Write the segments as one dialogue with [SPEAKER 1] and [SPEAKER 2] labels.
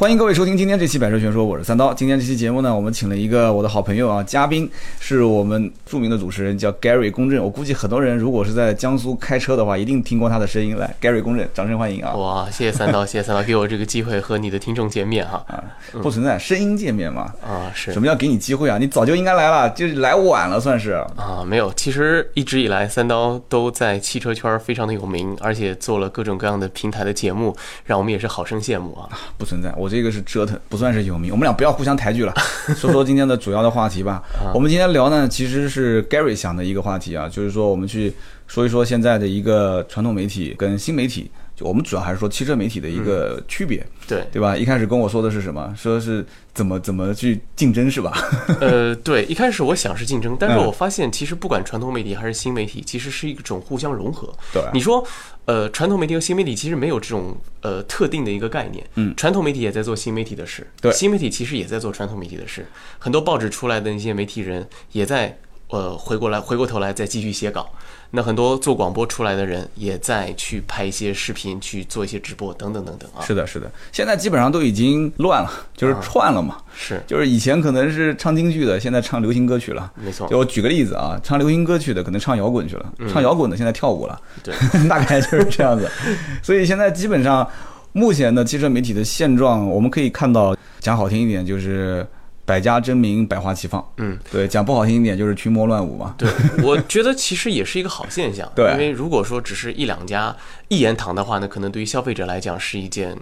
[SPEAKER 1] 欢迎各位收听今天这期《百车全说》，我是三刀。今天这期节目呢，我们请了一个我的好朋友啊，嘉宾是我们著名的主持人，叫 Gary 公正。我估计很多人如果是在江苏开车的话，一定听过他的声音。来，Gary 公正，掌声欢迎啊！
[SPEAKER 2] 哇，谢谢三刀，谢谢三刀给我这个机会和你的听众见面哈。
[SPEAKER 1] 啊，不存在声音界面嘛？
[SPEAKER 2] 啊，是
[SPEAKER 1] 什么叫给你机会啊？你早就应该来了，就是来晚了算是。
[SPEAKER 2] 啊，没有，其实一直以来三刀都在汽车圈非常的有名，而且做了各种各样的平台的节目，让我们也是好生羡慕啊。
[SPEAKER 1] 不存在，我这个是折腾，不算是有名。我们俩不要互相抬举了，说说今天的主要的话题吧。我们今天聊呢，其实是 Gary 想的一个话题啊，就是说我们去说一说现在的一个传统媒体跟新媒体，就我们主要还是说汽车媒体的一个区别，
[SPEAKER 2] 对，
[SPEAKER 1] 对吧？一开始跟我说的是什么？说是怎么怎么去竞争是吧？
[SPEAKER 2] 呃，对，一开始我想是竞争，但是
[SPEAKER 1] 嗯
[SPEAKER 2] 我发现其实不管传统媒体还是新媒体，其实是一种互相融合。
[SPEAKER 1] 对
[SPEAKER 2] 你说，呃，传统媒体和新媒体其实没有这种呃特定的一个概念。
[SPEAKER 1] 嗯
[SPEAKER 2] 传统媒体也在做新媒体的事，
[SPEAKER 1] 对
[SPEAKER 2] 新媒体其实也在做传统媒体的事。很多报纸出来的那些媒体人也在呃回过来回过头来再继续写稿。那很多做广播出来的人也在去拍一些视频，去做一些直播等等等等啊。
[SPEAKER 1] 是的，是的，现在基本上都已经乱了，就是串了嘛。
[SPEAKER 2] 是，
[SPEAKER 1] 就是以前可能是唱京剧的，现在唱流行歌曲了。
[SPEAKER 2] 没错
[SPEAKER 1] 就我举个例子啊，唱流行歌曲的可能唱摇滚去了，唱摇滚的现在跳舞了。
[SPEAKER 2] 嗯对，
[SPEAKER 1] 大概就是这样子。所以现在基本上，目前的汽车媒体的现状，我们可以看到，讲好听一点就是百家争鸣，百花齐放。
[SPEAKER 2] 嗯，
[SPEAKER 1] 对，讲不好听一点就是群魔乱舞嘛。，
[SPEAKER 2] 对， 我觉得其实也是一个好现象
[SPEAKER 1] 对
[SPEAKER 2] 因为如果说只是一两家一言堂的话呢，可能对于消费者来讲是一件。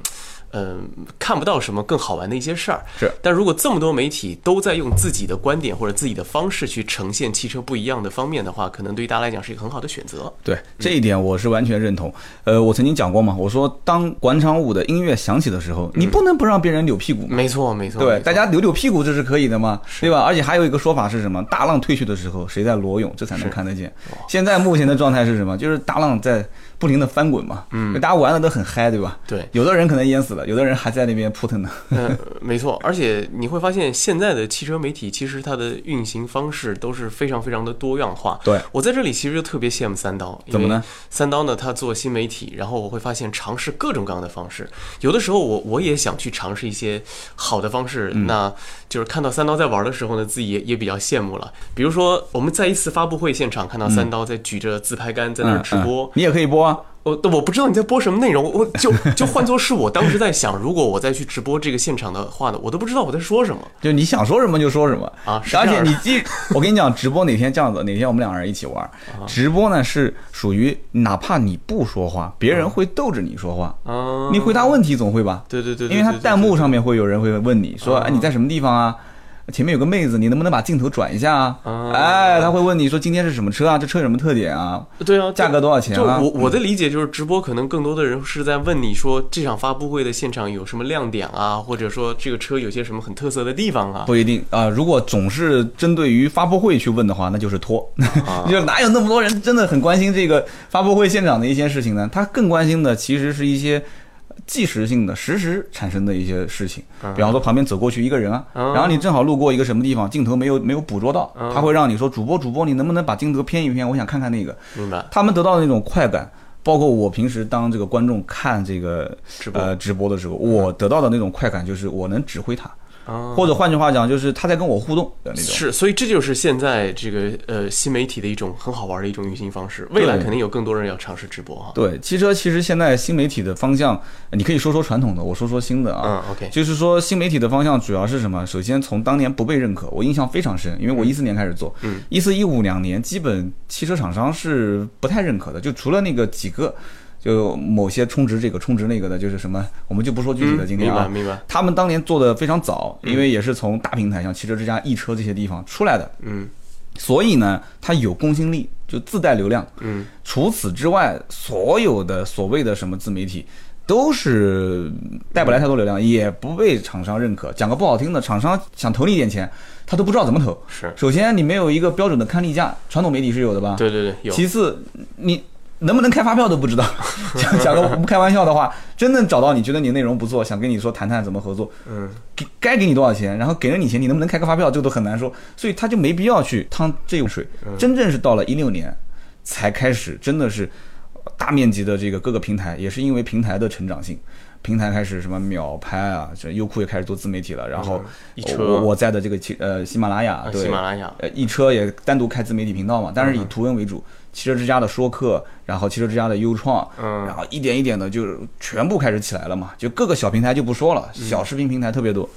[SPEAKER 2] 嗯，看不到什么更好玩的一些事儿。
[SPEAKER 1] 是，
[SPEAKER 2] 但如果这么多媒体都在用自己的观点或者自己的方式去呈现汽车不一样的方面的话，可能对于大家来讲是一个很好的选择。
[SPEAKER 1] 对这一点我是完全认同。呃，我曾经讲过嘛，我说当广场舞的音乐响起的时
[SPEAKER 2] 嗯
[SPEAKER 1] 候，你不能不让别人扭屁股嘛。
[SPEAKER 2] 没错，没错，
[SPEAKER 1] 对，
[SPEAKER 2] 没错
[SPEAKER 1] 大家扭扭屁股这是可以的嘛，对吧？而且还有一个说法是什么？大浪退去的时候，谁在裸泳，这才能看得见。现在目前的状态是什么？就是大浪在不停的翻滚嘛，嗯，大家玩的都很嗨，对吧？
[SPEAKER 2] 对
[SPEAKER 1] 有的人可能淹死了，有的人还在那边扑腾呢。
[SPEAKER 2] 嗯，没错，而且你会发现，现在的汽车媒体其实它的运行方式都是非常非常的多样化。
[SPEAKER 1] 对
[SPEAKER 2] 我在这里其实就特别羡慕三刀，
[SPEAKER 1] 怎么呢？
[SPEAKER 2] 三刀呢，他做新媒体，然后我会发现尝试各种各样的方式。有的时候我我也想去尝试一些好的方式，
[SPEAKER 1] 嗯
[SPEAKER 2] 那就是看到三刀在玩的时候呢，自己也也比较羡慕了。比如说，我们在一次发布会现场看到三刀在举着自拍杆在那儿
[SPEAKER 1] 嗯，
[SPEAKER 2] 直播。
[SPEAKER 1] 嗯你也可以播啊。
[SPEAKER 2] 我我不知道你在播什么内容，我就就换作是我当时在想，如果我再去直播这个现场的话呢，我都不知道我在说什么。
[SPEAKER 1] 就你想说什么就说什么
[SPEAKER 2] 啊是这
[SPEAKER 1] 而
[SPEAKER 2] 样的
[SPEAKER 1] 且你记，我跟你讲，直播哪天这样子，哪天我们两个人一起玩。
[SPEAKER 2] 啊
[SPEAKER 1] 直播呢是属于哪怕你不说话，别人会逗着你说话，
[SPEAKER 2] 嗯，
[SPEAKER 1] 你回答问题总会吧？
[SPEAKER 2] 对对对，对
[SPEAKER 1] 因为它
[SPEAKER 2] 对对
[SPEAKER 1] 弹幕上面会有人会问你说，
[SPEAKER 2] 啊
[SPEAKER 1] 哎，你在什么地方啊？前面有个妹子，你能不能把镜头转一下啊？
[SPEAKER 2] 啊
[SPEAKER 1] 哎，他会问你说今天是什么车啊？这车有什么特点啊？
[SPEAKER 2] 对啊，
[SPEAKER 1] 价格多少钱
[SPEAKER 2] 就
[SPEAKER 1] 啊？
[SPEAKER 2] 我我的理解就是，直播可能更多的人是在问你说这场发布会的现场有什么亮点啊，或者说这个车有些什么很特色的地方啊。
[SPEAKER 1] 不一定啊、如果总是针对于发布会去问的话，那就是拖。
[SPEAKER 2] 啊
[SPEAKER 1] 就哪有那么多人真的很关心这个发布会现场的一些事情呢？他更关心的其实是一些即时性的、实时产生的一些事情，
[SPEAKER 2] 啊
[SPEAKER 1] 比方说旁边走过去一个人啊，
[SPEAKER 2] 嗯
[SPEAKER 1] 然后你正好路过一个什么地方，镜头没有没有捕捉到，
[SPEAKER 2] 啊
[SPEAKER 1] 他会让你说主播主播，你能不能把镜头偏一偏？我想看看那个。
[SPEAKER 2] 明白，
[SPEAKER 1] 他们得到的那种快感，包括我平时当这个观众看这个
[SPEAKER 2] 直播
[SPEAKER 1] 呃直播的时候，我得到的那种快感就是我能指挥他，
[SPEAKER 2] 啊
[SPEAKER 1] 或者换句话讲，就是他在跟我互动的那种。
[SPEAKER 2] 是，所以这就是现在这个呃新媒体的一种很好玩的一种运行方式。未来
[SPEAKER 1] 对
[SPEAKER 2] 肯定有更多人要尝试直播啊哈。
[SPEAKER 1] 对，汽车其实现在新媒体的方向，你可以说说传统的，我说说新的啊。
[SPEAKER 2] 嗯，OK，
[SPEAKER 1] 就是说，新媒体的方向主要是什么？首先，从当年不被认可，我印象非常深，因为我一四年开始做，
[SPEAKER 2] 嗯，
[SPEAKER 1] 一四一五两年，基本汽车厂商是不太认可的，就除了那个几个，就某些充值这个充值那个的，就是什么，我们就不说具体的今天
[SPEAKER 2] 嗯明
[SPEAKER 1] 啊
[SPEAKER 2] 白，明白，
[SPEAKER 1] 他们当年做的非常早，
[SPEAKER 2] 嗯
[SPEAKER 1] 因为也是从大平台像汽车之家、易车这些地方出来的，
[SPEAKER 2] 嗯
[SPEAKER 1] 所以呢，它有公信力，就自带流量。
[SPEAKER 2] 嗯。
[SPEAKER 1] 除此之外，所有的所谓的什么自媒体，都是带不来太多流量，也不被厂商认可。讲个不好听的，厂商想投你一点钱，他都不知道怎么投。
[SPEAKER 2] 是，
[SPEAKER 1] 首先，你没有一个标准的刊例价，传统媒体是有的吧？
[SPEAKER 2] 对对对，有
[SPEAKER 1] 其次，你能不能开发票都不知道。讲讲个不开玩笑的话，真正找到你觉得你内容不错，想跟你说谈谈怎么合作，
[SPEAKER 2] 嗯，
[SPEAKER 1] 给该给你多少钱，然后给了你钱，你能不能开个发票，这个都很难说，所以他就没必要去趟这种水。真正是到了一六
[SPEAKER 2] 嗯
[SPEAKER 1] 年，才开始真的是呃大面积的这个各个平台，也是因为平台的成长性。平台开始什么秒拍啊，这优酷也开始做自媒体了，然后
[SPEAKER 2] 一车
[SPEAKER 1] 我我在的这个其呃喜马拉雅
[SPEAKER 2] 嗯啊
[SPEAKER 1] 对
[SPEAKER 2] 喜马拉雅嗯
[SPEAKER 1] 呃一车也单独开自媒体频道嘛，但是以图文为主。汽车之家的说客，然后汽车之家的优创，
[SPEAKER 2] 嗯
[SPEAKER 1] 然后一点一点的就全部开始起来了嘛，就各个小平台就不说
[SPEAKER 2] 嗯
[SPEAKER 1] 了，小视频平台特别多，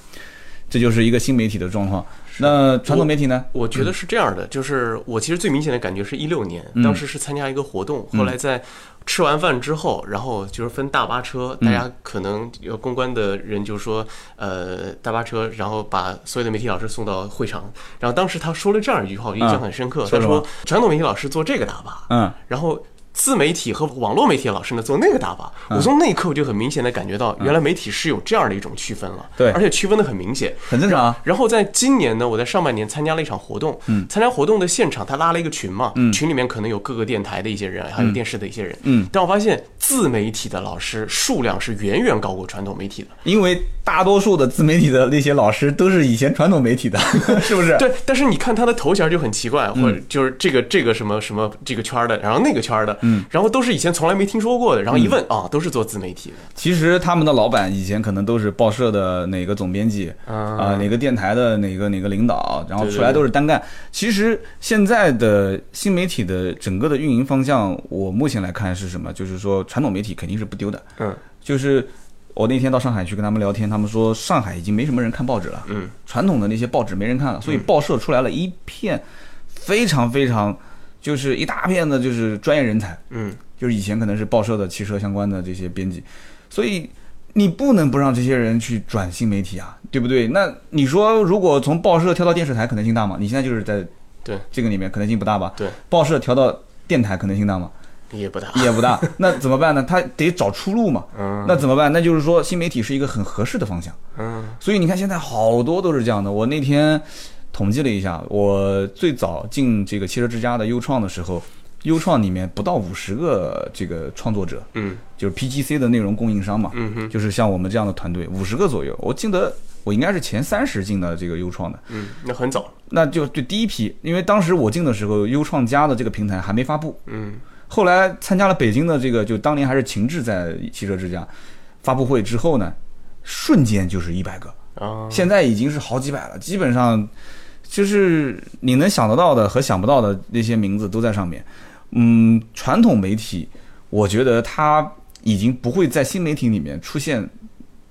[SPEAKER 1] 这就是一个新媒体的状况。那传统媒体呢？
[SPEAKER 2] 我觉得是这样的，就是我其实最明显的感觉是一六年，
[SPEAKER 1] 嗯
[SPEAKER 2] 当时是参加一个活动，后来在吃完饭之后，然后就是分大巴车，大
[SPEAKER 1] 嗯
[SPEAKER 2] 家可能有公关的人就说，呃，大巴车，然后把所有的媒体老师送到会场，然后当时他说了这样一句话，我印象很深刻，
[SPEAKER 1] 嗯说
[SPEAKER 2] 他
[SPEAKER 1] 什
[SPEAKER 2] 说
[SPEAKER 1] 么
[SPEAKER 2] 传统媒体老师做这个大巴，
[SPEAKER 1] 嗯，
[SPEAKER 2] 然后。自媒体和网络媒体的老师呢做那个大巴，
[SPEAKER 1] 嗯
[SPEAKER 2] 我从那一刻我就很明显的感觉到，原来媒体是有这样的一种区分了，
[SPEAKER 1] 对
[SPEAKER 2] 而且区分的很明显。
[SPEAKER 1] 很正常啊。
[SPEAKER 2] 然后在今年呢，我在上半年参加了一场活动，参加活动的现场，他拉了一个群嘛，群里面可能有各个电台的一些人，还有电视的一些人，
[SPEAKER 1] 嗯
[SPEAKER 2] 但我发现自媒体的老师数量是远远高过传统媒体的，
[SPEAKER 1] 因为大多数的自媒体的那些老师都是以前传统媒体的， 是不是？
[SPEAKER 2] 对，嗯但是你看他的头衔就很奇怪，或者就是这个这个什么什么这个圈儿的，然后那个圈儿的，嗯，然后都是以前从来没听说过的，然后一问啊，都是做自媒体的，
[SPEAKER 1] 其实他们的老板以前可能都是报社的哪个总编辑
[SPEAKER 2] 啊
[SPEAKER 1] 啊、哪个电台的哪个哪个领导，然后
[SPEAKER 2] 对对
[SPEAKER 1] 出来
[SPEAKER 2] 对
[SPEAKER 1] 都是单干。其实现在的新媒体的整个的运营方向，我目前来看是什么？就是说传统媒体肯定是不丢的，
[SPEAKER 2] 嗯
[SPEAKER 1] 就是。我那天到上海去跟他们聊天，他们说上海已经没什么人看报纸了，
[SPEAKER 2] 嗯，
[SPEAKER 1] 传统的那些报纸没人看了，所以报社出来了一片非常非常，就是一大片的就是专业人才，
[SPEAKER 2] 嗯，
[SPEAKER 1] 就是以前可能是报社的汽车相关的这些编辑，所以你不能不让这些人去转新媒体啊，对不对？那你说如果从报社跳到电视台可能性大吗？你现在就是在
[SPEAKER 2] 对
[SPEAKER 1] 这个里面可能性不大吧？
[SPEAKER 2] 对，
[SPEAKER 1] 报社调到电台可能性大吗？
[SPEAKER 2] 嗯也不大，
[SPEAKER 1] 也不大。那怎么办呢？他得找出路嘛。
[SPEAKER 2] 嗯
[SPEAKER 1] 那怎么办？那就是说新媒体是一个很合适的方向。
[SPEAKER 2] 嗯
[SPEAKER 1] 所以你看，现在好多都是这样的。我那天统计了一下，我最早进这个汽车之家的优创的时候，优创里面不到五十个这个创作者，
[SPEAKER 2] 嗯
[SPEAKER 1] 就是 PGC 的内容供应商嘛，
[SPEAKER 2] 嗯哼
[SPEAKER 1] 就是像我们这样的团队，五十个左右。我记得我应该是前三十进的这个优创的，
[SPEAKER 2] 嗯，那很早了，
[SPEAKER 1] 那就就第一批，因为当时我进的时候，优创家的这个平台还没发布，
[SPEAKER 2] 嗯
[SPEAKER 1] 后来参加了北京的这个，就当年还是秦志在汽车之家发布会之后呢，瞬间就是一百个。
[SPEAKER 2] 啊，
[SPEAKER 1] 现在已经是好几百了，基本上就是你能想得到的和想不到的那些名字都在上面。嗯，传统媒体，我觉得它已经不会在新媒体里面出现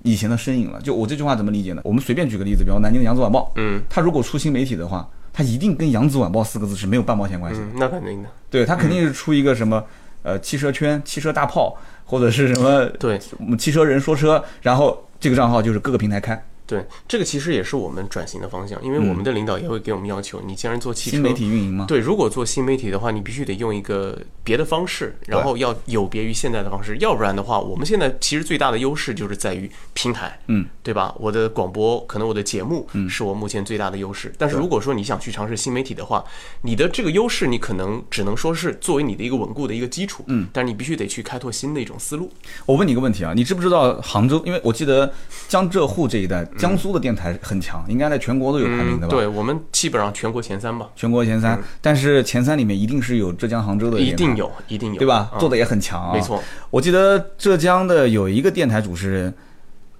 [SPEAKER 1] 以前的身影了。就我这句话怎么理解呢？我们随便举个例子，比方南京的扬子晚报，
[SPEAKER 2] 嗯
[SPEAKER 1] 它如果出新媒体的话，它一定跟扬子晚报四个字是没有半毛钱关系的。
[SPEAKER 2] 嗯，那肯定的，
[SPEAKER 1] 对，它肯定是出一个什么呃汽车圈、汽车大炮或者是什么
[SPEAKER 2] 对，
[SPEAKER 1] 我们汽车人说车，然后这个账号就是各个平台开。
[SPEAKER 2] 对，这个其实也是我们转型的方向，因为我们的领导也会给我们要求，你既然做汽
[SPEAKER 1] 嗯
[SPEAKER 2] 车
[SPEAKER 1] 新媒体运营嘛，
[SPEAKER 2] 对，如果做新媒体的话，你必须得用一个别的方式，然后要有别于现在的方式，要不然的话，我们现在其实最大的优势就是在于平台，
[SPEAKER 1] 嗯，
[SPEAKER 2] 对吧？我的广播，可能我的节目是我目前最大的优势。但是如果说你想去尝试新媒体的话，你的这个优势你可能只能说是作为你的一个稳固的一个基础，嗯，但是你必须得去开拓新的一种思路，
[SPEAKER 1] 我问你一个问题啊，你知不知道杭州？因为我记得江浙沪这一带，江苏的电台很强，应该在全国都有排名的吧？
[SPEAKER 2] 嗯对，我们基本上全国前三吧，
[SPEAKER 1] 全国前三，但是前三里面一定是有浙江杭州的，啊
[SPEAKER 2] 一定，有，一定有，
[SPEAKER 1] 对吧？
[SPEAKER 2] 啊
[SPEAKER 1] 做的也很强啊。
[SPEAKER 2] 没，错，
[SPEAKER 1] 我记得浙江的有一个电台主持人。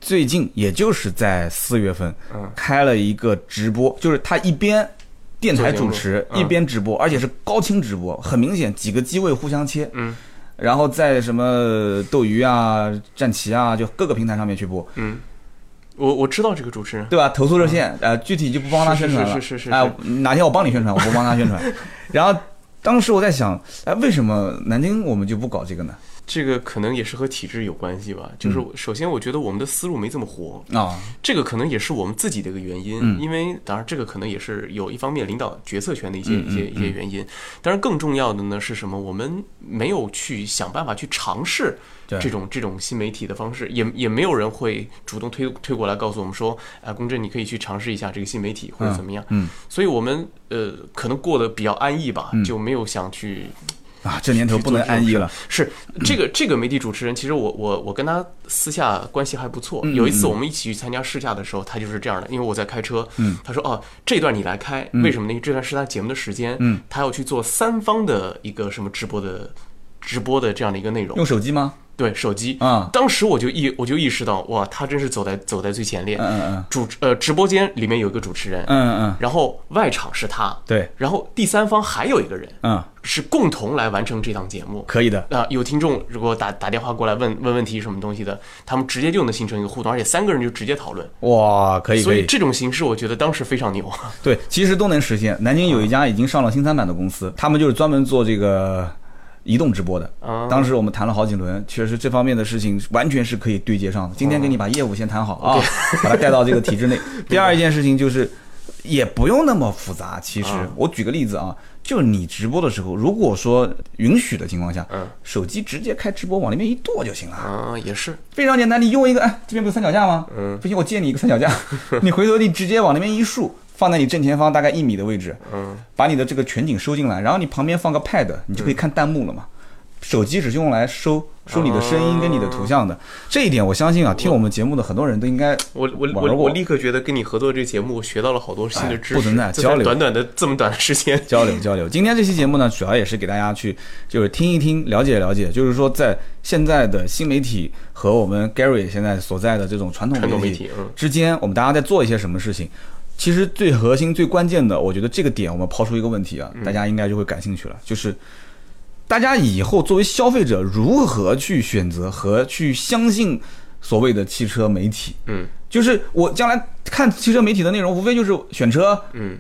[SPEAKER 1] 最近，也就是在四月份
[SPEAKER 2] 嗯，
[SPEAKER 1] 开了一个直播，就是他一边电台主持
[SPEAKER 2] 做节，目嗯
[SPEAKER 1] 一边直播，而且是高清直播，很明显几个机位互相切，
[SPEAKER 2] 嗯
[SPEAKER 1] 然后在什么斗鱼啊、战旗啊，就各个平台上面去播。
[SPEAKER 2] 嗯，我我知道这个主持人。
[SPEAKER 1] 对吧？投诉热线，呃，具体就不帮他宣传了。
[SPEAKER 2] 嗯是是是是是
[SPEAKER 1] 哎哪天我帮你宣传，我不帮他宣传。 然后当时我在想，哎，为什么南京我们就不搞这个呢？
[SPEAKER 2] 这个可能也是和体制有关系吧。就是
[SPEAKER 1] 嗯
[SPEAKER 2] 首先，我觉得我们的思路没这么活，
[SPEAKER 1] 啊、
[SPEAKER 2] 这个可能也是我们自己的一个原因。
[SPEAKER 1] 嗯
[SPEAKER 2] 因为当然，这个可能也是有一方面领导决策权的一
[SPEAKER 1] 嗯
[SPEAKER 2] 些一些一些原因。当然，更重要的呢是什么？我们没有去想办法去尝试
[SPEAKER 1] 对
[SPEAKER 2] 这种这种新媒体的方式，也也没有人会主动推推过来告诉我们说，啊，公正你可以去尝试一下这个新媒体或者怎么样。
[SPEAKER 1] 嗯
[SPEAKER 2] 所以我们呃可能过得比较安逸吧，就没有想去
[SPEAKER 1] 啊，这年头不能安逸了。
[SPEAKER 2] 是这个这个媒体主持人，其实我我我跟他私下关系还不错。
[SPEAKER 1] 嗯
[SPEAKER 2] 有一次我们一起去参加试驾的时候，他就是这样的，因为我在开车，
[SPEAKER 1] 嗯
[SPEAKER 2] 他说哦、这段你来开，
[SPEAKER 1] 嗯
[SPEAKER 2] 为什么呢？因为这段是他节目的时间，他要去做三方的一个什么直播的。直播的这样的一个内容。
[SPEAKER 1] 用手机吗？
[SPEAKER 2] 对手机
[SPEAKER 1] 啊
[SPEAKER 2] 当时我就意我就意识到，哇，他真是走在走在最前列。
[SPEAKER 1] 嗯嗯
[SPEAKER 2] 主呃，直播间里面有一个主持人，
[SPEAKER 1] 嗯嗯嗯，
[SPEAKER 2] 然后外场是他，
[SPEAKER 1] 对，
[SPEAKER 2] 然后第三方还有一个人，
[SPEAKER 1] 嗯，
[SPEAKER 2] 是共同来完成这档节目。
[SPEAKER 1] 可以的，
[SPEAKER 2] 啊、有听众如果打打电话过来问问问题什么东西的，他们直接就能形成一个互动，而且三个人就直接讨论，
[SPEAKER 1] 哇，可以
[SPEAKER 2] 所
[SPEAKER 1] 可
[SPEAKER 2] 以
[SPEAKER 1] 以，
[SPEAKER 2] 这种形式我觉得当时非常牛。
[SPEAKER 1] 对，其实都能实现。南京有一家已经上了新三板的公司，他们就是专门做这个移动直播的。
[SPEAKER 2] 啊
[SPEAKER 1] 当时我们谈了好几轮，确实这方面的事情完全是可以对接上的。今天给你把业务先谈好啊， 把它带到这个体制 内。第二件事情就是，也不用那么复杂。其实我举个例子啊，就是你直播的时候，如果说允许的情况下
[SPEAKER 2] 嗯，
[SPEAKER 1] 手机直接开直播往里面一跺就行了。
[SPEAKER 2] 啊、也是，
[SPEAKER 1] 非常简单，你用一个，哎，这边不是三脚架吗？嗯，不行，我借你一个三脚架， 你回头你直接往那边一竖，放在你正前方大概一米的位置，
[SPEAKER 2] 嗯，
[SPEAKER 1] 把你的这个全景收进来，然后你旁边放个 pad，你就可以看弹幕了嘛。手机只是用来收收你的声音跟你的图像
[SPEAKER 2] 哦
[SPEAKER 1] 的，这一点我相信啊，听我们节目的很多人都应该
[SPEAKER 2] 我我
[SPEAKER 1] 玩
[SPEAKER 2] 我
[SPEAKER 1] 过
[SPEAKER 2] 我立刻觉得跟你合作这个节目，我学到了好多新的
[SPEAKER 1] 哎
[SPEAKER 2] 知识，
[SPEAKER 1] 不存在
[SPEAKER 2] 就
[SPEAKER 1] 交流
[SPEAKER 2] 短短的这么短的时间，
[SPEAKER 1] 交流交流。今天这期节目呢，主要也是给大家去就是听一听，了解了解，就是说在现在的新媒体和我们 Gary 现在所在的这种 传统
[SPEAKER 2] 传统
[SPEAKER 1] 媒
[SPEAKER 2] 媒
[SPEAKER 1] 体
[SPEAKER 2] 体，嗯，
[SPEAKER 1] 之间，我们大家在做一些什么事情。其实最核心、最关键的，我觉得这个点我们抛出一个问题啊，
[SPEAKER 2] 嗯
[SPEAKER 1] 大家应该就会感兴趣了，就是大家以后作为消费者如何去选择和去相信所谓的汽车媒体。
[SPEAKER 2] 嗯，
[SPEAKER 1] 就是我将来看汽车媒体的内容，无非就是选车，
[SPEAKER 2] 嗯，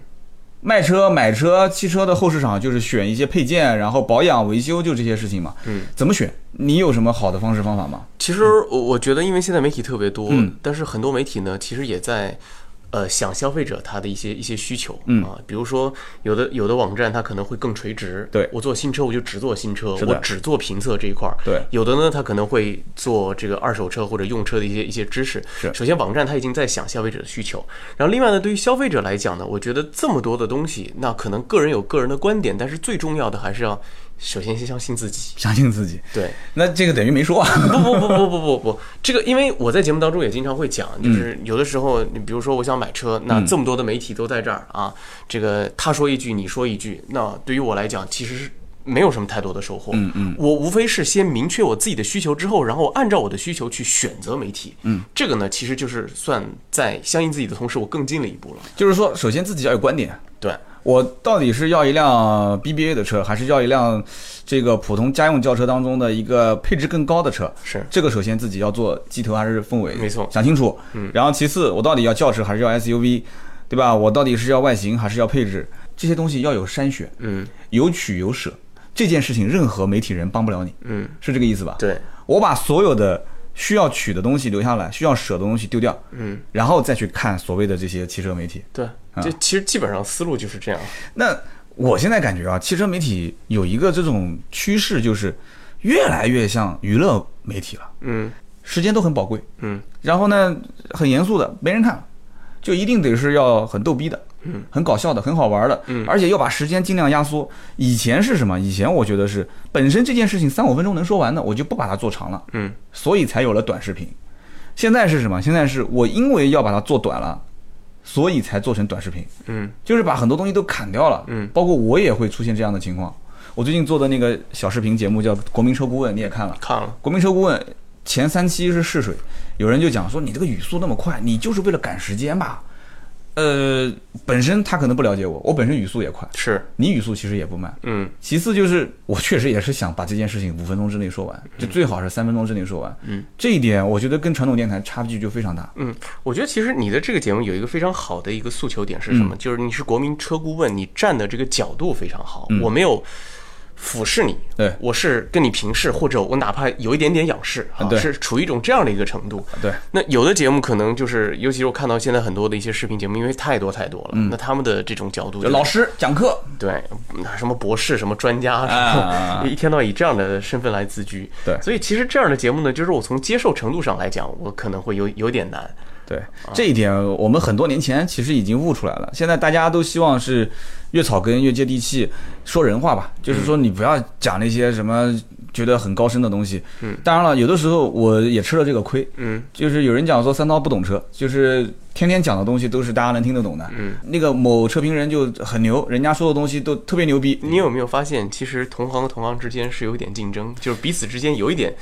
[SPEAKER 1] 卖车、买车、汽车的后市场就是选一些配件，然后保养、维修，就这些事情嘛。
[SPEAKER 2] 嗯，
[SPEAKER 1] 怎么选？你有什么好的方式方法吗？
[SPEAKER 2] 其实我我觉得，因为现在媒体特别多，
[SPEAKER 1] 嗯
[SPEAKER 2] 但是很多媒体呢，其实也在。呃，想消费者他的一些一些需求，
[SPEAKER 1] 嗯
[SPEAKER 2] 啊，比如说有的有的网站它可能会更垂直，
[SPEAKER 1] 对
[SPEAKER 2] 我做新车我就只做新车，
[SPEAKER 1] 是的
[SPEAKER 2] 我只做评测这一块儿，
[SPEAKER 1] 对
[SPEAKER 2] 有的呢它可能会做这个二手车或者用车的一些一些知识。
[SPEAKER 1] 是
[SPEAKER 2] 首先网站它已经在想消费者的需求，然后另外呢，对于消费者来讲呢，我觉得这么多的东西，那可能个人有个人的观点，但是最重要的还是要首先先相信自己，
[SPEAKER 1] 相信自己。
[SPEAKER 2] 对，
[SPEAKER 1] 那这个等于没说啊。
[SPEAKER 2] 不不不不不不不，这个因为我在节目当中也经常会讲，就是有的时候，你比如说我想买车，那这么多的媒体都在这儿啊，这个他说一句，你说一句，那对于我来讲，其实是。没有什么太多的收获，嗯嗯，我无非是先明确我自己的需求之后，然后按照我的需求去选择媒体，嗯，这个呢，其实就是算在相信自己的同时，我更进了一步了，
[SPEAKER 1] 就是说，首先自己要有观点，
[SPEAKER 2] 对，
[SPEAKER 1] 我到底是要一辆 BBA 的车，还是要一辆这个普通家用轿车当中的一个配置更高的车？
[SPEAKER 2] 是
[SPEAKER 1] 这个首先自己要做鸡头还是凤尾，
[SPEAKER 2] 没错
[SPEAKER 1] 想清楚。嗯，然后其次，我到底要轿车还是要 SUV，对吧？我到底是要外形还是要配置？这些东西要有筛选，
[SPEAKER 2] 嗯
[SPEAKER 1] 有取有舍。这件事情，任何媒体人帮不了你，
[SPEAKER 2] 嗯，
[SPEAKER 1] 是这个意思吧？
[SPEAKER 2] 对，
[SPEAKER 1] 我把所有的需要取的东西留下来，需要舍的东西丢掉，
[SPEAKER 2] 嗯，
[SPEAKER 1] 然后再去看所谓的这些汽车媒体。
[SPEAKER 2] 对，这其实基本上思路就是这样，
[SPEAKER 1] 那我现在感觉啊，汽车媒体有一个这种趋势，就是越来越像娱乐媒体了，
[SPEAKER 2] 嗯
[SPEAKER 1] 时间都很宝贵，
[SPEAKER 2] 嗯，
[SPEAKER 1] 然后呢，很严肃的，没人看，就一定得是要很逗逼的，嗯，很搞笑的，很好玩的，嗯，而且要把时间尽量压缩。以前是什么？以前我觉得是本身这件事情三五分钟能说完的，我就不把它做长了，
[SPEAKER 2] 嗯，
[SPEAKER 1] 所以才有了短视频。现在是什么？现在是我因为要把它做短了，所以才做成短视频。
[SPEAKER 2] 嗯，
[SPEAKER 1] 就是把很多东西都砍掉了。
[SPEAKER 2] 嗯，
[SPEAKER 1] 包括我也会出现这样的情况。我最近做的那个小视频节目叫《国民车顾问》，你也看了。
[SPEAKER 2] 看了，
[SPEAKER 1] 《国民车顾问》前三期是试水，有人就讲说你这个语速那么快，你就是为了赶时间吧？呃，本身他可能不了解我，我本身语速也快，
[SPEAKER 2] 是，
[SPEAKER 1] 你语速其实也不慢。
[SPEAKER 2] 嗯
[SPEAKER 1] 其次就是我确实也是想把这件事情五分钟之内说完，就最好是三分钟之内说完。
[SPEAKER 2] 嗯，
[SPEAKER 1] 这一点我觉得跟传统电台差距就非常大。
[SPEAKER 2] 嗯，我觉得其实你的这个节目有一个非常好的一个诉求点是
[SPEAKER 1] 嗯
[SPEAKER 2] 什么？就是你是国民车顾问，你站的这个角度非常好，我没有俯视你，
[SPEAKER 1] 嗯对
[SPEAKER 2] 我是跟你平视，或者我哪怕有一点点仰视，啊
[SPEAKER 1] 嗯，对
[SPEAKER 2] 是处于一种这样的一个程度。
[SPEAKER 1] 对，
[SPEAKER 2] 那有的节目可能就是，尤其是我看到现在很多的一些视频节目，因为太多太多了，那他们的这种角度、就是，
[SPEAKER 1] 嗯老师讲课，
[SPEAKER 2] 对，那什么博士、什么专家，
[SPEAKER 1] 啊
[SPEAKER 2] 什 么，一天到晚以这样的身份来自居。
[SPEAKER 1] 对
[SPEAKER 2] 所以其实这样的节目呢，就是我从接受程度上来讲，我可能会有有点难。
[SPEAKER 1] 对这一点，我们很多年前其实已经悟出来了。现在大家都希望是越草根越接地气，说人话吧，就是说你不要讲那些什么觉得很高深的东西。嗯，当然了，有的时候我也吃了这个亏。
[SPEAKER 2] 嗯，
[SPEAKER 1] 就是有人讲说三刀不懂车，就是天天讲的东西都是大家能听得懂的。嗯，那个某车评人就很牛，人家说的东西都特别牛逼。
[SPEAKER 2] 你有没有发现，其实同行和同行之间是有一点竞争，就是彼此之间有一点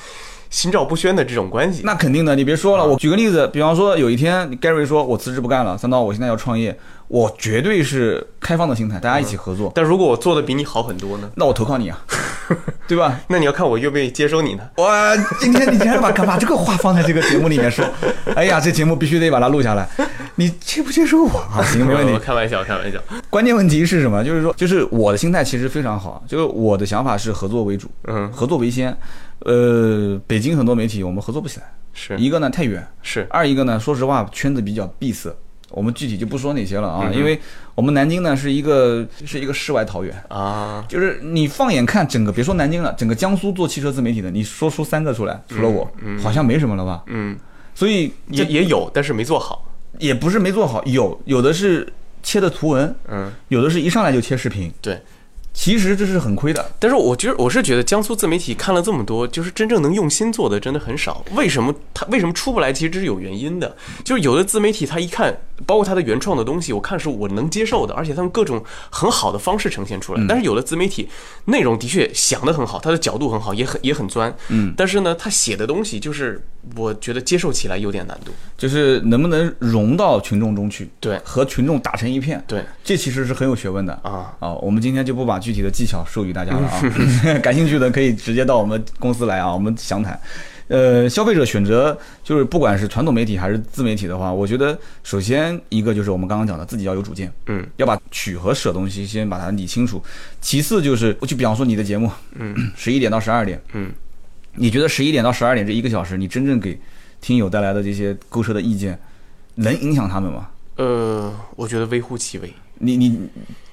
[SPEAKER 2] 心照不宣的这种关系？
[SPEAKER 1] 那肯定的，你别说了。我举个例子，比方说有一天 Gary 说我辞职不干了，三刀我现在要创业，我绝对是开放的心态，大家一起合作。
[SPEAKER 2] 但如果我做的比你好很多呢？
[SPEAKER 1] 那我投靠你啊， 对吧？
[SPEAKER 2] 那你要看我愿不愿意接收你呢？
[SPEAKER 1] 哇，今天你竟然把敢把这个话放在这个节目里面说， 哎呀，这节目必须得把它录下来。你接不接受我 啊？行，没问题
[SPEAKER 2] 我。开玩笑，开玩笑。
[SPEAKER 1] 关键问题是什么？就是说，就是我的心态其实非常好，啊就是我的想法是合作为主，
[SPEAKER 2] 嗯，
[SPEAKER 1] 合作为先。呃，北京很多媒体我们合作不起来，
[SPEAKER 2] 是
[SPEAKER 1] 一个呢太远，
[SPEAKER 2] 是，
[SPEAKER 1] 二一个呢，说实话圈子比较闭塞，我们具体就不说哪些了
[SPEAKER 2] 嗯
[SPEAKER 1] 啊，因为我们南京呢是一个是一个世外桃源。
[SPEAKER 2] 啊，
[SPEAKER 1] 就是你放眼看整个，别说南京了，整个江苏做汽车自媒体的，你说出三个出来，除了我，好像没什么了吧？
[SPEAKER 2] 嗯，
[SPEAKER 1] 所以也
[SPEAKER 2] 也也有，但是没做好。嗯
[SPEAKER 1] 也不是没做好，有有的是切的图文，
[SPEAKER 2] 嗯，
[SPEAKER 1] 有的是一上来就切视频，
[SPEAKER 2] 对。
[SPEAKER 1] 其实这是很亏的。
[SPEAKER 2] 但是我觉得我是觉得江苏自媒体看了这么多，就是真正能用心做的真的很少。为什么他为什么出不来？其实这是有原因的。就是有的自媒体他一看，包括他的原创的东西，我看是我能接受的，而且他们各种很好的方式呈现出来。但是有的自媒体内容的确想得很好，他的角度很好，也很也很钻。嗯，但是呢，他写的东西就是我觉得接受起来有点难度。
[SPEAKER 1] 就是能不能融到群众中去，
[SPEAKER 2] 对
[SPEAKER 1] 和群众打成一片，
[SPEAKER 2] 对，
[SPEAKER 1] 这其实是很有学问的
[SPEAKER 2] 啊
[SPEAKER 1] 啊！我们今天就不把具体的技巧授予大家了
[SPEAKER 2] 嗯
[SPEAKER 1] 啊， 感兴趣的可以直接到我们公司来啊，我们详谈。呃，消费者选择就是不管是传统媒体还是自媒体的话，我觉得首先一个就是我们刚刚讲的，自己要有主见，
[SPEAKER 2] 嗯，
[SPEAKER 1] 要把取和舍东西先把它理清楚。其次就是，就比方说你的节目，
[SPEAKER 2] 嗯，
[SPEAKER 1] 十一点到十二点，
[SPEAKER 2] 嗯，
[SPEAKER 1] 你觉得十一点到十二点这一个小时，你真正给听友带来的这些购车的意见，能影响他们吗？
[SPEAKER 2] 呃，我觉得微乎其微。
[SPEAKER 1] 你你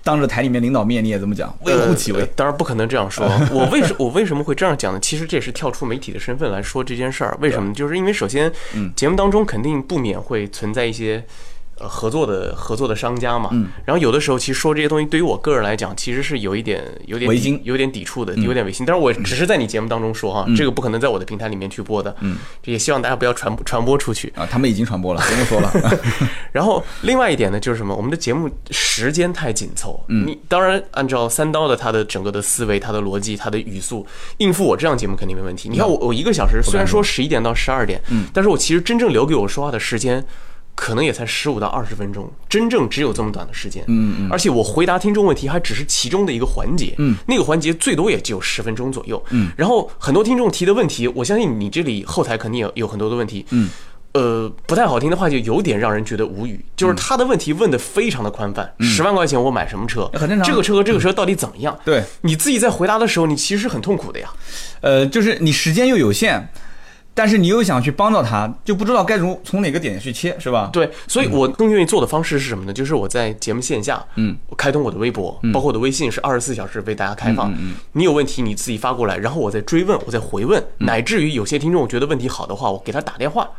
[SPEAKER 1] 当着台里面领导面你也这么讲，微乎其微
[SPEAKER 2] 呃。当然不可能这 样说。我为什我为什么会这样讲呢？其实这也是跳出媒体的身份来说这件事儿。为什么呢？就是因为首先，
[SPEAKER 1] 嗯
[SPEAKER 2] 节目当中肯定不免会存在一些。呃，合作的合作的商家嘛，
[SPEAKER 1] 嗯
[SPEAKER 2] 然后有的时候其实说这些东西对于我个人来讲，其实是有一点有点
[SPEAKER 1] 违
[SPEAKER 2] 抵
[SPEAKER 1] 心嗯
[SPEAKER 2] 有点抵触的，有点违心。但是我只是在你节目当中说哈，这个不可能在我的平台里面去播的，嗯，也希望大家不要传传播出去。
[SPEAKER 1] 啊，他们已经传播了，不用说了。
[SPEAKER 2] 然后另外一点呢，就是什么？我们的节目时间太紧凑，你当然按照三刀的他的整个的思维、他的逻辑、他的语速应付我这样节目肯定没问题。你看我我一个小时，虽然说十一点到十二点，但是我其实真正留给我说话的时间。可能也才十五到二十分钟，真正只有这么短的时间。嗯嗯，而且我回答听众问题还只是其中的一个环节。嗯，那个环节最多也只有十分钟左右。嗯，然后很多听众提的问题，我相信你这里后台肯定有有很多的问题。嗯，呃，不太好听的话，就有点让人觉得无语。就是
[SPEAKER 1] 嗯
[SPEAKER 2] 他的问题问的非常的宽泛，十、万块钱我买什么车？
[SPEAKER 1] 很正常啊
[SPEAKER 2] 这个车和这个车到底怎么样？
[SPEAKER 1] 对，
[SPEAKER 2] 你自己在回答的时候，你其实是很痛苦的呀。
[SPEAKER 1] 呃，就是你时间又有限，但是你又想去帮到他，就不知道该从从哪个点去切，是吧？
[SPEAKER 2] 对，所以我更愿意做的方式是什么呢？就是我在节目线下，嗯，开通我的微博，
[SPEAKER 1] 嗯
[SPEAKER 2] 包括我的微信是二十四小时为大家开放。你有问题你自己发过来，然后我再追问，我再回问，
[SPEAKER 1] 嗯
[SPEAKER 2] 乃至于有些听众我觉得问题好的话，我给他打电话。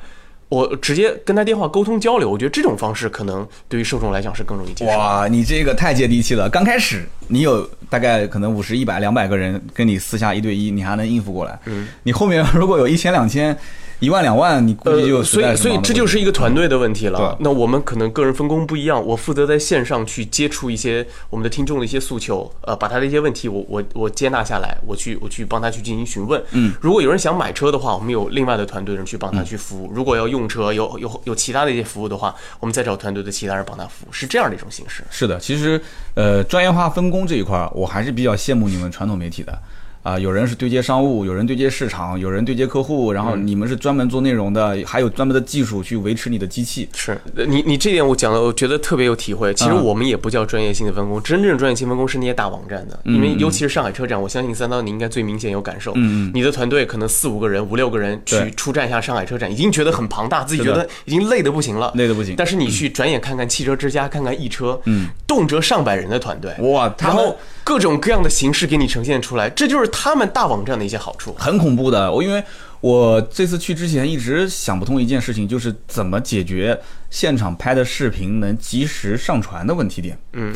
[SPEAKER 2] 我直接跟他电话沟通交流，我觉得这种方式可能对于受众来讲是更容易接受。
[SPEAKER 1] 哇，你这个太接地气了。刚开始你有大概可能五十、一百、两百个人跟你私下一对一，你还能应付过来。嗯，你后面 如果有一千、两千、一万、两万，你估计就
[SPEAKER 2] 呃、所以所以这就是是一个团队的问题了
[SPEAKER 1] 对。
[SPEAKER 2] 那我们可能个人分工不一样，我负责在线上去接触一些我们的听众的一些诉求，呃，把他的一些问题我我我接纳下来，我去我去帮他去进行询问。嗯，如果有人想买车的话，我们有另外的团队人去帮他去服务；如果要用车，有有有其他的一些服务的话，我们再找团队的其他人帮他服务，是这样的一种形式。
[SPEAKER 1] 是的，其实呃，专业化分工这一块儿，我还是比较羡慕你们传统媒体的。啊、有人是对接商务，有人对接市场，有人对接客户，然后你们是专门做内容的，还有专门的技术去维持你的机器。
[SPEAKER 2] 是呃你你这点我讲的，我觉得特别有体会。其实
[SPEAKER 1] 嗯
[SPEAKER 2] 我们也不叫专业性的分工，真正专业性分工是那些大网站的，
[SPEAKER 1] 嗯
[SPEAKER 2] 因为尤其是上海车展，我相信三刀你应该最明显有感受。嗯，你的团队可能四五个人、五六个人去
[SPEAKER 1] 对
[SPEAKER 2] 出战一下上海车展，已经觉得很庞大，自己觉得已经累得不行了。
[SPEAKER 1] 累得不行嗯
[SPEAKER 2] 但是你去转眼看看汽车之家，看看易车，嗯，动辄上百人的团队，
[SPEAKER 1] 哇，他
[SPEAKER 2] 然
[SPEAKER 1] 们
[SPEAKER 2] 后各种各样的形式给你呈现出来，这就是他们大网站的一些好处。
[SPEAKER 1] 很恐怖的。我因为我这次去之前一直想不通一件事情，就是怎么解决现场拍的视频能及时上传的问题点。
[SPEAKER 2] 嗯，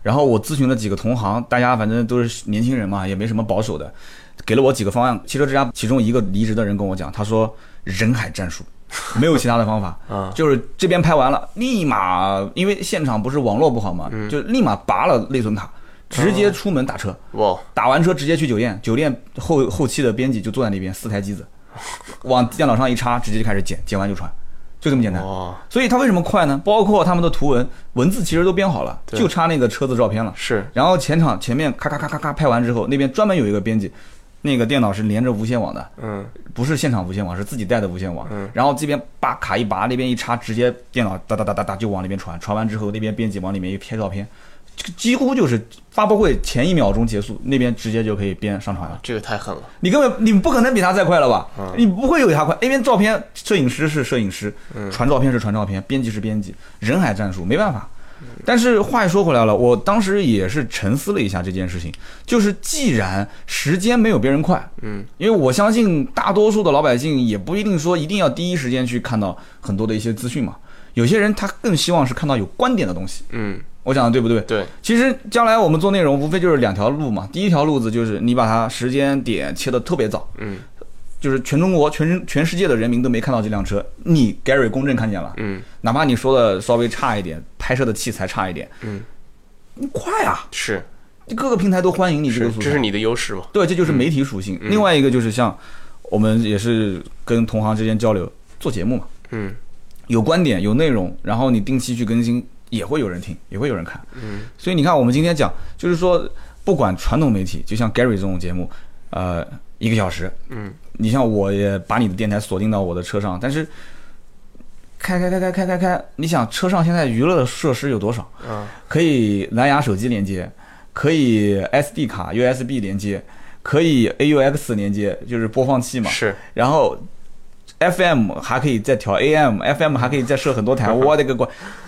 [SPEAKER 1] 然后我咨询了几个同行，大家反正都是年轻人嘛，也没什么保守的，给了我几个方案。汽车之家其中一个离职的人跟我讲，他说人海战术，没有其他的方法。
[SPEAKER 2] 啊
[SPEAKER 1] 就是这边拍完了，立马因为现场不是网络不好嘛，
[SPEAKER 2] 嗯
[SPEAKER 1] 就立马拔了内存卡，直接出门打车，
[SPEAKER 2] 哇，
[SPEAKER 1] 打完车直接去酒店，酒店后后期的编辑就坐在那边，四台机子，往电脑上一插，直接就开始剪，剪完就传，就这么简单。
[SPEAKER 2] 哦，
[SPEAKER 1] 所以它为什么快呢？包括他们的图文文字其实都编好了，
[SPEAKER 2] 对
[SPEAKER 1] 就差那个车子照片了。
[SPEAKER 2] 是
[SPEAKER 1] 然后前场前面咔咔咔咔咔拍完之后，那边专门有一个编辑，那个电脑是连着无线网的，
[SPEAKER 2] 嗯，
[SPEAKER 1] 不是现场无线网，是自己带的无线网。
[SPEAKER 2] 嗯
[SPEAKER 1] 然后这边把卡一拔，那边一插，直接电脑哒哒哒哒哒就往里面传，传完之后那边编辑往里面一拍照片，这个几乎就是发布会前一秒钟结束，那边直接就可以编上传了。
[SPEAKER 2] 这个太狠了，
[SPEAKER 1] 你根本你不可能比他再快了吧？你不会有他快。那边照片，摄影师是摄影师，传照片是传照片，编辑是编辑，人海战术没办法。但是话又说回来了，我当时也是沉思了一下这件事情，就是既然时间没有别人快，
[SPEAKER 2] 嗯，
[SPEAKER 1] 因为我相信大多数的老百姓也不一定说一定要第一时间去看到很多的一些资讯嘛，有些人他更希望是看到有观点的东西，
[SPEAKER 2] 嗯，
[SPEAKER 1] 我讲的对不对？
[SPEAKER 2] 对，
[SPEAKER 1] 其实将来我们做内容，无非就是两条路嘛。第一条路子就是你把它时间点切得特别早，
[SPEAKER 2] 嗯
[SPEAKER 1] 就是全中国、全全世界的人民都没看到这辆车，你 Gary 公正看见了，
[SPEAKER 2] 嗯
[SPEAKER 1] 哪怕你说的稍微差一点，拍摄的器材差一点，
[SPEAKER 2] 嗯，
[SPEAKER 1] 你快啊，
[SPEAKER 2] 是
[SPEAKER 1] 各个平台都欢迎你这
[SPEAKER 2] 是
[SPEAKER 1] 个，素
[SPEAKER 2] 这
[SPEAKER 1] 材
[SPEAKER 2] 是。你嗯的优势嘛？
[SPEAKER 1] 对，这就是媒体属性。另外一个就是像我们也是跟同行之间交流，做节目嘛，
[SPEAKER 2] 嗯
[SPEAKER 1] 有观点、有内容，然后你定期去更新，也会有人听，也会有人看。
[SPEAKER 2] 嗯，
[SPEAKER 1] 所以你看，我们今天讲，就是说，不管传统媒体，就像 Gary 这种节目，呃，一个小时，
[SPEAKER 2] 嗯，
[SPEAKER 1] 你像我也把你的电台锁定到我的车上，但是开开开开开开开，你想车上现在娱乐设施有多少？
[SPEAKER 2] 啊，
[SPEAKER 1] 可以蓝牙手机连接，可以 SD 卡、USB 连接，可以 AUX 连接，就是播放器嘛。
[SPEAKER 2] 是
[SPEAKER 1] 然后 FM 还可以再调 AM，FM 还可以再设很多 台，我的个乖！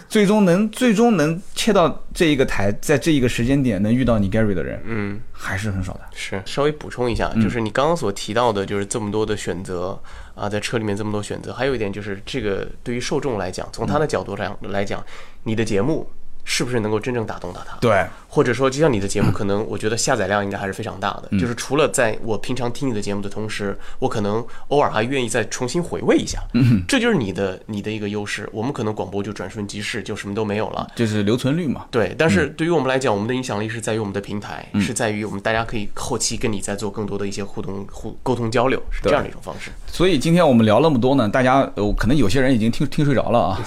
[SPEAKER 1] 最终能最终能切到这一个台，在这一个时间点能遇到你 Gary 的人
[SPEAKER 2] 嗯。
[SPEAKER 1] 还是很少的。
[SPEAKER 2] 是，稍微补充一
[SPEAKER 1] 嗯
[SPEAKER 2] 下，就是你刚刚所提到的，就是这么多的选择啊，在车里面这么多选择，还有一点就是这个对于受众来讲，从他的角度来
[SPEAKER 1] 嗯
[SPEAKER 2] 来讲，你的节目是不是能够真正打动到他？
[SPEAKER 1] 对，
[SPEAKER 2] 或者说，就像你的节目，可能我觉得下载量应该还是非常大
[SPEAKER 1] 嗯
[SPEAKER 2] 的。就是除了在我平常听你的节目的同时，我可能偶尔还愿意再重新回味一下。
[SPEAKER 1] 嗯
[SPEAKER 2] 这就是你的你的一个优势。我们可能广播就转瞬即逝，就什么都没有了。
[SPEAKER 1] 就是留存率嘛。
[SPEAKER 2] 对，但是对于我们来讲，我们的影响力是在于我们的平台，
[SPEAKER 1] 嗯
[SPEAKER 2] 是在于我们大家可以后期跟你再做更多的一些互动、互沟通交流，是这样的一种方式。
[SPEAKER 1] 所以今天我们聊那么多呢，大家呃可能有些人已经听听睡着了 啊，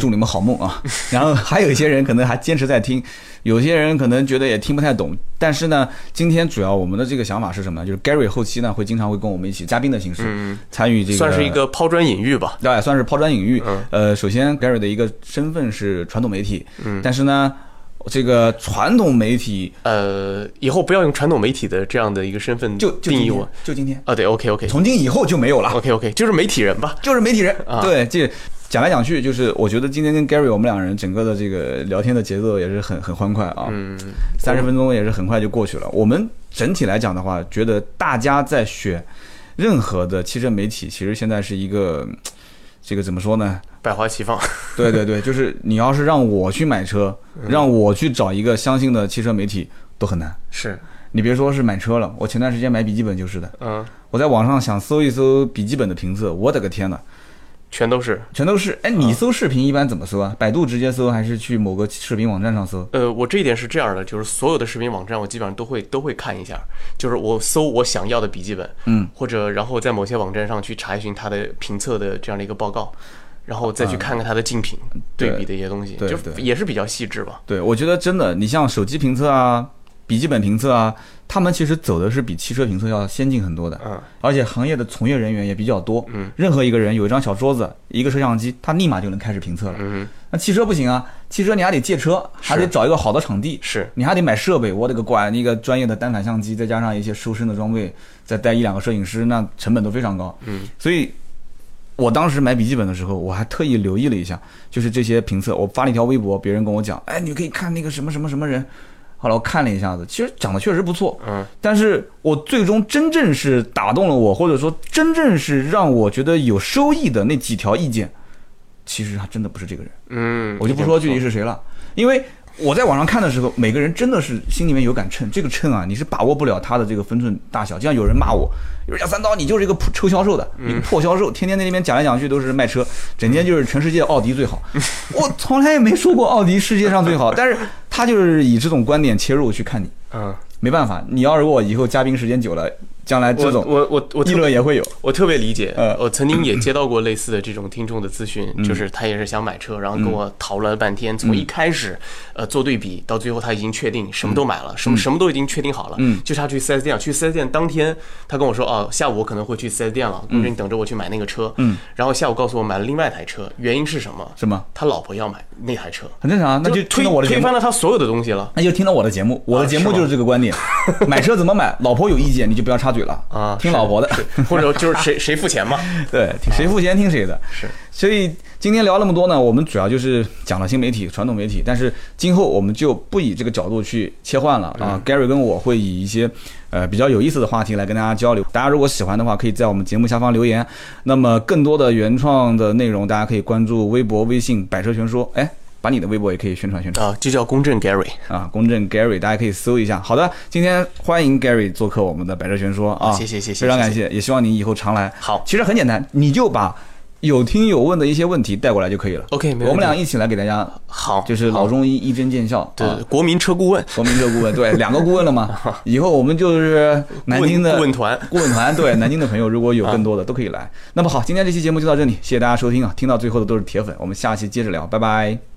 [SPEAKER 1] 祝你们好梦啊。然后还有一些人可能还坚持在听，有些人可能觉得也听不太懂。但是呢，今天主要我们的这个想法是什么呢？就是 Gary 后期呢会经常会跟我们一起嘉宾的形式参与这个，
[SPEAKER 2] 嗯算是一个抛砖引玉吧。
[SPEAKER 1] 对，算是抛砖引玉。
[SPEAKER 2] 嗯
[SPEAKER 1] 呃，首先 Gary 的一个身份是传统媒体，
[SPEAKER 2] 嗯
[SPEAKER 1] 但是呢，这个传统媒体
[SPEAKER 2] 呃，以后不要用传统媒体的这样的一个身份
[SPEAKER 1] 就就
[SPEAKER 2] 定
[SPEAKER 1] 今
[SPEAKER 2] 义
[SPEAKER 1] 天
[SPEAKER 2] 我。
[SPEAKER 1] 就今天，
[SPEAKER 2] 啊，对，OK OK
[SPEAKER 1] 从今以后就没有了。
[SPEAKER 2] OK OK，就是媒体人吧。
[SPEAKER 1] 就是媒体人。
[SPEAKER 2] 啊
[SPEAKER 1] 对，这讲来讲去，就是我觉得今天跟 Gary 我们两人整个的这个聊天的节奏也是很很欢快啊，
[SPEAKER 2] 嗯，
[SPEAKER 1] 三十分钟也是很快就过去了。我们整体来讲的话，觉得大家在选任何的汽车媒体，其实现在是一个。嗯这个怎么说呢？
[SPEAKER 2] 百花齐放。
[SPEAKER 1] 对对对，就是你要是让我去买车，让我去找一个相信的汽车媒体都很难。
[SPEAKER 2] 是，
[SPEAKER 1] 你别说是买车了，我前段时间买笔记本就是的，
[SPEAKER 2] 嗯，
[SPEAKER 1] 我在网上想搜一搜笔记本的评测，我的个天呐，
[SPEAKER 2] 全都是。
[SPEAKER 1] 全都是。哎，你搜视频一般怎么搜啊？百度直接搜，还是去某个视频网站上搜？
[SPEAKER 2] 呃，我这一点是这样的，就是所有的视频网站我基本上都会都会看一下，就是我搜我想要的笔记本，
[SPEAKER 1] 嗯，
[SPEAKER 2] 或者然后在某些网站上去查询它的评测的这样的一个报告，然后再去看看它的竞品，
[SPEAKER 1] 嗯对
[SPEAKER 2] 对比的一些东西，
[SPEAKER 1] 对
[SPEAKER 2] 就
[SPEAKER 1] 对
[SPEAKER 2] 也是比较细致吧。
[SPEAKER 1] 对，我觉得真的，你像手机评测啊、笔记本评测啊，他们其实走的是比汽车评测要先进很多的，
[SPEAKER 2] 嗯，
[SPEAKER 1] 而且行业的从业人员也比较多。
[SPEAKER 2] 嗯，
[SPEAKER 1] 任何一个人有一张小桌子、一个摄像机，他立马就能开始评测了。
[SPEAKER 2] 嗯，
[SPEAKER 1] 那汽车不行啊，汽车你还得借车，还得找一个好的场地。
[SPEAKER 2] 是，
[SPEAKER 1] 你还得买设备，我的个乖！那个专业的单反相机，再加上一些收身的装备，再带一两个摄影师，那成本都非常高。
[SPEAKER 2] 嗯，
[SPEAKER 1] 所以我当时买笔记本的时候，我还特意留意了一下，就是这些评测，我发了一条微博，别人跟我讲，哎，你可以看那个什么什么什么人。后来我看了一下子，其实讲的确实不错，
[SPEAKER 2] 嗯，
[SPEAKER 1] 但是我最终真正是打动了我，或者说真正是让我觉得有收益的那几条意见，其实还真的不是这个人。
[SPEAKER 2] 嗯，
[SPEAKER 1] 我就不说具体是谁了，因为我在网上看的时候，每个人真的是心里面有杆秤，这个秤啊，你是把握不了它的这个分寸大小。就像有人骂我，有人讲三刀，你就是一个破臭销售的，一
[SPEAKER 2] 嗯
[SPEAKER 1] 个破销售，天天在那边讲来讲去都是卖车，整天就是全世界奥迪最好。
[SPEAKER 2] 嗯
[SPEAKER 1] 我从来也没说过奥迪世界上最好，但是他就是以这种观点切入去看你，
[SPEAKER 2] 嗯，
[SPEAKER 1] 没办法。你要如果以后嘉宾时间久了，将来这
[SPEAKER 2] 我
[SPEAKER 1] 种
[SPEAKER 2] 我我我
[SPEAKER 1] 议
[SPEAKER 2] 特
[SPEAKER 1] 论也会有。
[SPEAKER 2] 我特别理解
[SPEAKER 1] 呃，
[SPEAKER 2] 我曾经也接到过类似的这种听众的咨
[SPEAKER 1] 嗯
[SPEAKER 2] 询，就是他也是想买车，然后跟我讨论了半天，从一开始
[SPEAKER 1] 嗯
[SPEAKER 2] 呃做对比到最后他已经确定什么都买了，什么什么都已经确定好了，
[SPEAKER 1] 嗯
[SPEAKER 2] 就差去 4S 店了。去 4S 店当天，他跟我说哦，下午我可能会去 4S 店了，工人你等着我去买那个车，
[SPEAKER 1] 嗯，
[SPEAKER 2] 然后下午告诉我买了另外一台车，原因是什么？
[SPEAKER 1] 什么？
[SPEAKER 2] 他老婆要买那台车，
[SPEAKER 1] 很正常啊，那就听
[SPEAKER 2] 推
[SPEAKER 1] 到我的节
[SPEAKER 2] 推
[SPEAKER 1] 目
[SPEAKER 2] 翻，了他所有的东 西了
[SPEAKER 1] 那就听到我的节目，我的
[SPEAKER 2] 啊
[SPEAKER 1] 节
[SPEAKER 2] 是
[SPEAKER 1] 目
[SPEAKER 2] 吗
[SPEAKER 1] 就是这个 观点。买车怎么买，老婆有意见你就不要插嘴了
[SPEAKER 2] 啊
[SPEAKER 1] 听
[SPEAKER 2] 是
[SPEAKER 1] 老婆的。
[SPEAKER 2] 或者就是谁谁付钱嘛，
[SPEAKER 1] 对，听谁付钱听谁的。
[SPEAKER 2] 是，
[SPEAKER 1] 所以今天聊那么多呢，我们主要就是讲了新媒体、传统媒体，但是今后我们就不以这个角度去切换了
[SPEAKER 2] 嗯
[SPEAKER 1] 啊。Gary 跟我会以一些呃比较有意思的话题来跟大家交流。大家如果喜欢的话，可以在我们节目下方留言。那么更多的原创的内容，大家可以关注微博、微信“百车全说”。哎，把你的微博也可以宣传宣传。
[SPEAKER 2] 啊，就叫公正 Gary，
[SPEAKER 1] 啊，公正 Gary，大家可以搜一下。好的，今天欢迎 Gary 做客我们的百车全说啊，
[SPEAKER 2] 谢谢谢谢
[SPEAKER 1] 非常感谢，也希望你以后常来。
[SPEAKER 2] 好
[SPEAKER 1] 其实很简单，你就把有听有问的一些问题带过来就可以了。
[SPEAKER 2] OK，没问题
[SPEAKER 1] 我们俩一起来给大家，
[SPEAKER 2] 好，
[SPEAKER 1] 就是老中医一针见效，
[SPEAKER 2] 对
[SPEAKER 1] 啊，
[SPEAKER 2] 国民车顾问。
[SPEAKER 1] 国民这顾问，对，两个顾问了 嘛，以后我们就是南京的
[SPEAKER 2] 顾问团
[SPEAKER 1] 顾问团，对，南京的朋友如果有更多的都可啊以来。那么好，今天这期节目就到这里，谢谢大家收听啊，听到最后的都是铁粉，我们下期接着聊，拜拜。